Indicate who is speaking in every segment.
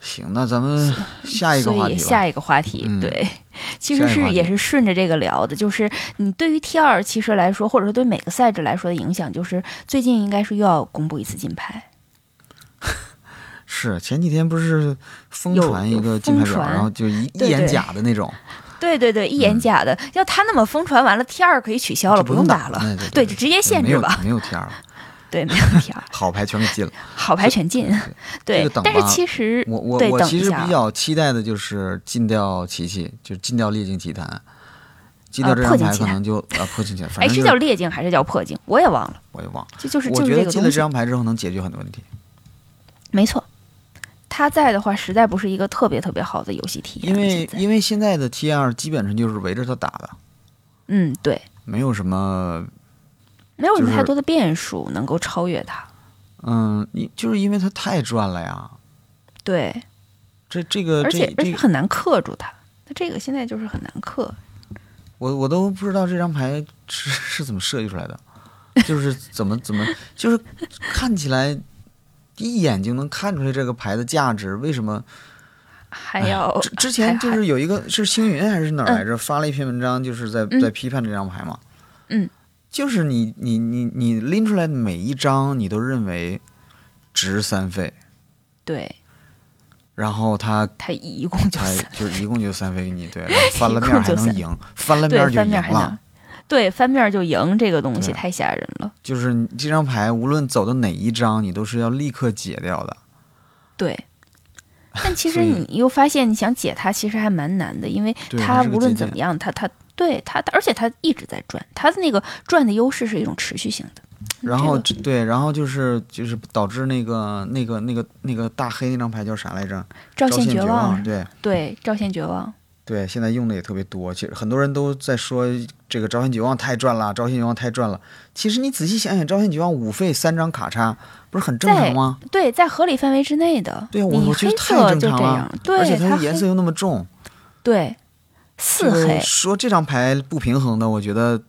Speaker 1: 行，那咱们下一个话
Speaker 2: 所
Speaker 1: 题
Speaker 2: 以
Speaker 1: 吧。
Speaker 2: 下一个话题，
Speaker 1: 嗯
Speaker 2: 对，其
Speaker 1: 下
Speaker 2: 实
Speaker 1: 一个话
Speaker 2: 是
Speaker 1: 题
Speaker 2: 也是顺着这个聊的，就是你对于 T 二其实来说，或者说对每个赛制来说的影响，就是最近应该是又要公布一次金牌，
Speaker 1: 是前几天不是疯传一
Speaker 2: 有
Speaker 1: 个
Speaker 2: 有
Speaker 1: 金牌表，
Speaker 2: 疯传
Speaker 1: 然后就一一
Speaker 2: 对
Speaker 1: 眼
Speaker 2: 对
Speaker 1: 假的那种，
Speaker 2: 对对对，一眼假的，要他那么疯传完了，T 二可以取消了，
Speaker 1: 就
Speaker 2: 不
Speaker 1: 嗯用
Speaker 2: 用打
Speaker 1: 了哎
Speaker 2: 了，，
Speaker 1: 对
Speaker 2: 对，
Speaker 1: 对
Speaker 2: 就直接限
Speaker 1: 没
Speaker 2: 制
Speaker 1: 有
Speaker 2: 吧，
Speaker 1: 没有天儿了，
Speaker 2: 对，没 有 T 二，
Speaker 1: 好牌全给 禁了。
Speaker 2: 好牌全进，
Speaker 1: 这
Speaker 2: 对
Speaker 1: 个等，
Speaker 2: 但是
Speaker 1: 吧
Speaker 2: 其实
Speaker 1: 我我
Speaker 2: 对
Speaker 1: 我
Speaker 2: 等
Speaker 1: 其
Speaker 2: 一
Speaker 1: 实
Speaker 2: 下啊
Speaker 1: 比较期待的就是禁掉琪琪，就是禁掉猎境奇谭，禁掉
Speaker 2: 呃
Speaker 1: 这张
Speaker 2: 破镜
Speaker 1: 牌
Speaker 2: 奇
Speaker 1: 可
Speaker 2: 谭
Speaker 1: 能就啊破 镜奇谭，反
Speaker 2: 哎，
Speaker 1: 正
Speaker 2: 是
Speaker 1: 就
Speaker 2: 叫
Speaker 1: 是
Speaker 2: 劣境还是叫破境，我也忘了，
Speaker 1: 我也忘了。
Speaker 2: 这就是
Speaker 1: 我
Speaker 2: 就
Speaker 1: 觉
Speaker 2: 是这
Speaker 1: 得
Speaker 2: 个
Speaker 1: 禁了
Speaker 2: 东
Speaker 1: 这
Speaker 2: 西，
Speaker 1: 张牌之后能解决很多问题，
Speaker 2: 没错。他在的话，实在不是一个特别特别好的游戏体验
Speaker 1: 因
Speaker 2: 了。
Speaker 1: 为
Speaker 2: 哎现在
Speaker 1: 因为现在的 T 二基本上就是围着它打的，
Speaker 2: 嗯，对，
Speaker 1: 没有什么
Speaker 2: 没有什么
Speaker 1: 就是
Speaker 2: 太多的变数能够超越它。
Speaker 1: 嗯，你就是因为它太赚了呀。
Speaker 2: 对，
Speaker 1: 这这个
Speaker 2: 而且
Speaker 1: 这
Speaker 2: 而
Speaker 1: 这
Speaker 2: 且很难克住它。那这个现在就是很难克，
Speaker 1: 我我都不知道这张牌是是怎么设计出来的，就是怎么怎么，就是看起来一眼就能看出来这个牌的价值。为什么？
Speaker 2: 还要
Speaker 1: 之之前就
Speaker 2: 哦还
Speaker 1: 是有一个是星云还是哪儿
Speaker 2: 嗯
Speaker 1: 来着，发了一篇文章，就是在
Speaker 2: 嗯
Speaker 1: 在批判这张牌嘛。
Speaker 2: 嗯，
Speaker 1: 就是你你你你拎出来的每一张，你都认为值三费，
Speaker 2: 对
Speaker 1: 然后他
Speaker 2: 它一共就
Speaker 1: 他
Speaker 2: 三，
Speaker 1: 就是一共就三费给你，对，然 后翻了
Speaker 2: 一
Speaker 1: 面
Speaker 2: 共
Speaker 1: 还
Speaker 2: 就
Speaker 1: 能
Speaker 2: 三
Speaker 1: 赢，翻了面
Speaker 2: 对
Speaker 1: 就
Speaker 2: 翻
Speaker 1: 赢
Speaker 2: 面还
Speaker 1: 了
Speaker 2: 能。对翻面就赢，这个东西
Speaker 1: 对啊
Speaker 2: 太吓人了。
Speaker 1: 就是你这张牌，无论走到哪一张，你都是要立刻解掉的。
Speaker 2: 对，但其
Speaker 1: 所
Speaker 2: 实
Speaker 1: 以
Speaker 2: 你又发现，你想解它其实还蛮难的，因为
Speaker 1: 对
Speaker 2: 它
Speaker 1: 还是个
Speaker 2: 无论
Speaker 1: 节
Speaker 2: 怎
Speaker 1: 点
Speaker 2: 么样，它它对它，它而且它一直在转，它的那个转的优势是一种持续性的。
Speaker 1: 然后
Speaker 2: 嗯这
Speaker 1: 对，然后就是就是导致那个那个那个那个大黑那张牌叫啥来着？
Speaker 2: 赵
Speaker 1: 线
Speaker 2: 信绝望
Speaker 1: 望。
Speaker 2: 是吧，
Speaker 1: 对
Speaker 2: 对赵信绝望，
Speaker 1: 对，现在用的也特别多。其实很多人都在说这个招线绝望太赚了，招线绝望太赚了。其实你仔细想想，招线绝望五费三张卡叉，不是很正常吗？
Speaker 2: 对，在合理范围之内的。
Speaker 1: 对啊我
Speaker 2: 你
Speaker 1: 我觉
Speaker 2: 黑
Speaker 1: 得太
Speaker 2: 色
Speaker 1: 正
Speaker 2: 就
Speaker 1: 常
Speaker 2: 这
Speaker 1: 了
Speaker 2: 样，对，
Speaker 1: 而且它
Speaker 2: 它
Speaker 1: 的颜
Speaker 2: 黑
Speaker 1: 色又那么重，
Speaker 2: 对
Speaker 1: 这
Speaker 2: 四
Speaker 1: 个
Speaker 2: 黑，
Speaker 1: 说这张牌不平衡的，我觉得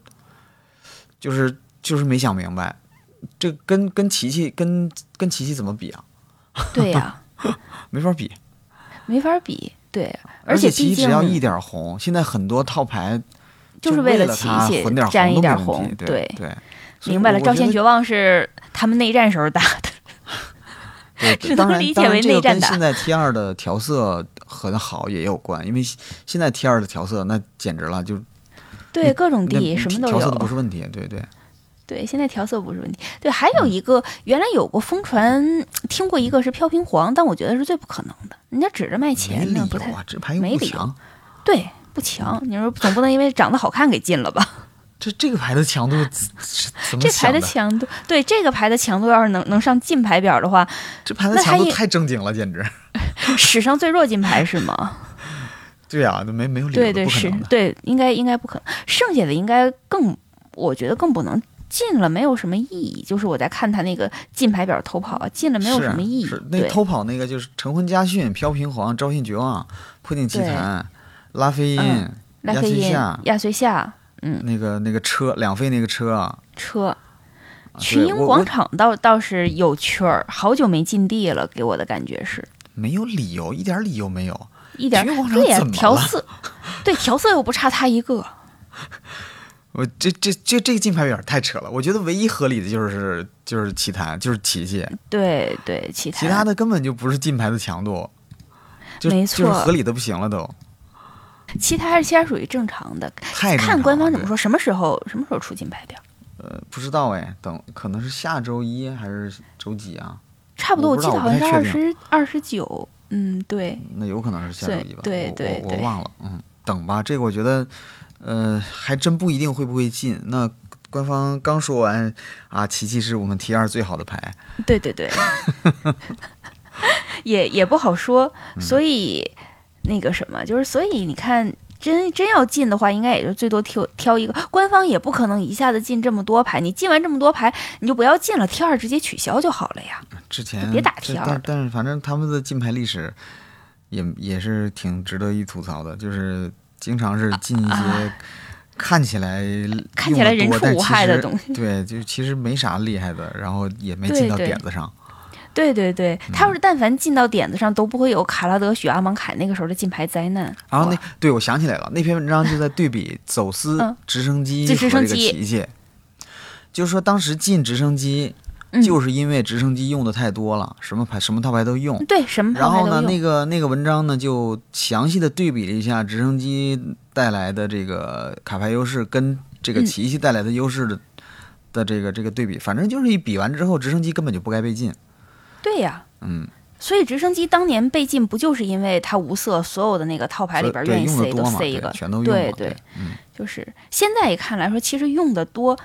Speaker 1: 就是就是没想明白，这跟跟琪琪跟跟琪琪怎么比啊？
Speaker 2: 对呀、
Speaker 1: 没法比。
Speaker 2: 没法比。对，
Speaker 1: 而
Speaker 2: 且
Speaker 1: 琪
Speaker 2: 毕
Speaker 1: 琪
Speaker 2: 竟
Speaker 1: 只要一点红，现在很多套牌
Speaker 2: 就是
Speaker 1: 为
Speaker 2: 了琪
Speaker 1: 它
Speaker 2: 琪
Speaker 1: 混点
Speaker 2: 沾
Speaker 1: 红
Speaker 2: 一
Speaker 1: 都没
Speaker 2: 点
Speaker 1: 问
Speaker 2: 红
Speaker 1: 题。对
Speaker 2: 对
Speaker 1: 对，所以
Speaker 2: 明白了。
Speaker 1: 我
Speaker 2: 赵
Speaker 1: 觉
Speaker 2: 信
Speaker 1: 得
Speaker 2: 绝望是他们内战时候 打的，
Speaker 1: 对，
Speaker 2: 只
Speaker 1: 当
Speaker 2: 能
Speaker 1: 然
Speaker 2: 理
Speaker 1: 当
Speaker 2: 解
Speaker 1: 然
Speaker 2: 为
Speaker 1: 这
Speaker 2: 内
Speaker 1: 个
Speaker 2: 战
Speaker 1: 跟
Speaker 2: 党
Speaker 1: 现在 T 二的调色很好也有关，因为现在 T 二的调色那简直了，就
Speaker 2: 对，各种
Speaker 1: 那
Speaker 2: 地什么都
Speaker 1: 调色
Speaker 2: 有
Speaker 1: 都。不是问题。对对，
Speaker 2: 对，现在调色不是问题。对，还
Speaker 1: 嗯
Speaker 2: 有一个原来有过疯传，听过一个是飘屏黄，但我觉得是最不可能的。人家指着卖
Speaker 1: 没
Speaker 2: 钱
Speaker 1: 理
Speaker 2: 呢，不
Speaker 1: 由
Speaker 2: 太
Speaker 1: 啊，这牌又
Speaker 2: 没
Speaker 1: 不
Speaker 2: 理由
Speaker 1: 强，
Speaker 2: 对，不强。你说总不能因为长得好看给禁了吧？
Speaker 1: 这这个牌的强度是怎么
Speaker 2: 这牌
Speaker 1: 想
Speaker 2: 的
Speaker 1: 的？
Speaker 2: 强度，对这个牌的强度，要是能能上禁牌表的话，
Speaker 1: 这牌的
Speaker 2: 那
Speaker 1: 强
Speaker 2: 还
Speaker 1: 度
Speaker 2: 也
Speaker 1: 太正经了，简直。
Speaker 2: 史上最弱禁牌是 吗？
Speaker 1: 对啊，都没没有理由的，
Speaker 2: 对对
Speaker 1: 不可
Speaker 2: 是
Speaker 1: 能的。，
Speaker 2: 对，应该应该不可能。剩下的应该更，我觉得更不能禁了，没有什么意义。就是我在看他那个禁牌表偷跑，禁了没有
Speaker 1: 是啊
Speaker 2: 什么意义
Speaker 1: 是。那
Speaker 2: 对。
Speaker 1: 偷跑那个就是晨昏家训、飘萍皇、招信绝望、破镜奇
Speaker 2: 对
Speaker 1: 谭、拉菲因、
Speaker 2: 嗯拉
Speaker 1: 压
Speaker 2: 菲
Speaker 1: 岁
Speaker 2: 因
Speaker 1: 下、
Speaker 2: 压岁下
Speaker 1: 那个那个车两费那个车啊，
Speaker 2: 车。
Speaker 1: 啊
Speaker 2: 群
Speaker 1: 对
Speaker 2: 英
Speaker 1: 我
Speaker 2: 广
Speaker 1: 我
Speaker 2: 场倒倒是有趣儿，好久没进地了，给我的感觉是
Speaker 1: 没有理由，一点理由没有。
Speaker 2: 一点
Speaker 1: 群英广场
Speaker 2: 对呀、
Speaker 1: 怎么
Speaker 2: 调
Speaker 1: 了
Speaker 2: 色，对调色又不差他一个，
Speaker 1: 我这这这这个竞拍表太扯了，我觉得唯一合理的就是就是奇谭，就是琪琪，
Speaker 2: 嗯对对，其他
Speaker 1: 其他的根本就不是竞拍的强度，就
Speaker 2: 没
Speaker 1: 就
Speaker 2: 错
Speaker 1: 是合理的不行了都，
Speaker 2: 其他还是其他属于正常的，
Speaker 1: 太正常
Speaker 2: 看
Speaker 1: 了
Speaker 2: 官方怎么。
Speaker 1: 对
Speaker 2: 说，什么时候什么时候出金牌表，
Speaker 1: 呃，不知道哎，等可能是下周一还是周几啊？
Speaker 2: 差不多
Speaker 1: 我
Speaker 2: 我
Speaker 1: 不
Speaker 2: 记
Speaker 1: 知
Speaker 2: 得
Speaker 1: 道
Speaker 2: 好
Speaker 1: 我
Speaker 2: 像
Speaker 1: 不
Speaker 2: 是
Speaker 1: 太
Speaker 2: 二
Speaker 1: 确
Speaker 2: 十二十九，嗯，对，
Speaker 1: 那有可能是下周一吧，
Speaker 2: 对对
Speaker 1: 我我
Speaker 2: 对
Speaker 1: 我忘了，嗯，等吧，这个我觉得，呃，还真不一定会不会进。那官方刚说完啊，琪琪是我们 T 二最好的牌，
Speaker 2: 对对 对，也也不好说，
Speaker 1: 嗯
Speaker 2: 所以、那个什么，就是所以你看。真真要进的话，应该也就最多挑挑一个，官方也不可能一下子进这么多牌。你进完这么多牌，你就不要进了，T 二直接取消就好了呀。
Speaker 1: 之前
Speaker 2: 别打
Speaker 1: 这
Speaker 2: T2
Speaker 1: 但但是反正他们的金牌历史也也是挺值得一吐槽的，就是经常是进一些看起来
Speaker 2: 啊看起来人畜无害的东
Speaker 1: 西，对，就其实没啥厉害的，然后也没
Speaker 2: 对
Speaker 1: 进到
Speaker 2: 对
Speaker 1: 点子上，
Speaker 2: 对对对，
Speaker 1: 嗯
Speaker 2: 他要是但凡进到点子上，都不会有卡拉德许阿芒凯那个时候的金牌灾难。
Speaker 1: 然后那
Speaker 2: 哇
Speaker 1: 对我想起来了，那篇文章就在对 比走私
Speaker 2: 嗯
Speaker 1: 直升机
Speaker 2: 这
Speaker 1: 和
Speaker 2: 直
Speaker 1: 这
Speaker 2: 升
Speaker 1: 个
Speaker 2: 机
Speaker 1: 奇迹，就是说当时进直升机，
Speaker 2: 嗯
Speaker 1: 就是因为直升机用的太多了，什么牌什么套牌都用。
Speaker 2: 嗯对什么
Speaker 1: 然
Speaker 2: 牌牌
Speaker 1: 后呢，
Speaker 2: 都用，
Speaker 1: 那个那个文章呢就详细的对比了一下直升机带来的这个卡牌优势跟这个
Speaker 2: 嗯
Speaker 1: 奇迹带来的优势的、的这个这个对比，反正就是一比完之后，直升机根本就不该被进。
Speaker 2: 对呀、
Speaker 1: 嗯，
Speaker 2: 所以直升机当年被禁，不就是因为它无色，所有的那个套牌里边
Speaker 1: 所以
Speaker 2: 愿意
Speaker 1: 对用的
Speaker 2: 塞都
Speaker 1: 多嘛，
Speaker 2: 塞一
Speaker 1: 对
Speaker 2: 个，
Speaker 1: 全都用
Speaker 2: 对
Speaker 1: 了。
Speaker 2: 对，就是现在一看来说，其实用的多。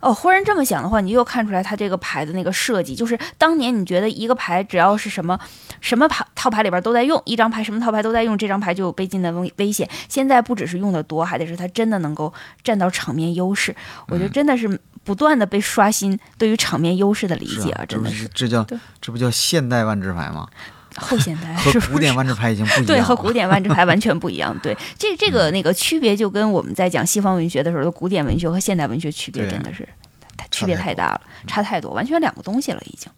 Speaker 2: 哦，忽然这么想的话，你又看出来它这个牌的那个设计，就是当年你觉得一个牌只要是什么什么牌套牌里边都在用，一张牌什么套牌都在用，这张牌就有被禁的危危险。现在不只是用的多，还得是它真的能够占到场面优势。我
Speaker 1: 嗯
Speaker 2: 觉得真的是不断的被刷新对于场面优势的理
Speaker 1: 是
Speaker 2: 解
Speaker 1: 啊，这不
Speaker 2: 真的
Speaker 1: 是这叫
Speaker 2: 对
Speaker 1: 这不叫现代万智牌吗？
Speaker 2: 后现代
Speaker 1: 和
Speaker 2: 是不
Speaker 1: 古典
Speaker 2: 是
Speaker 1: 万智牌已经不一样了。嗯
Speaker 2: 对，和古典万智牌完全不一样。对，这这个那个区别就跟我们在讲西方文学的时候的古典文学和现代文学区别
Speaker 1: 对
Speaker 2: 真的是，它
Speaker 1: 差
Speaker 2: 区别
Speaker 1: 太
Speaker 2: 太大了，差太多，完全两个东西了已经。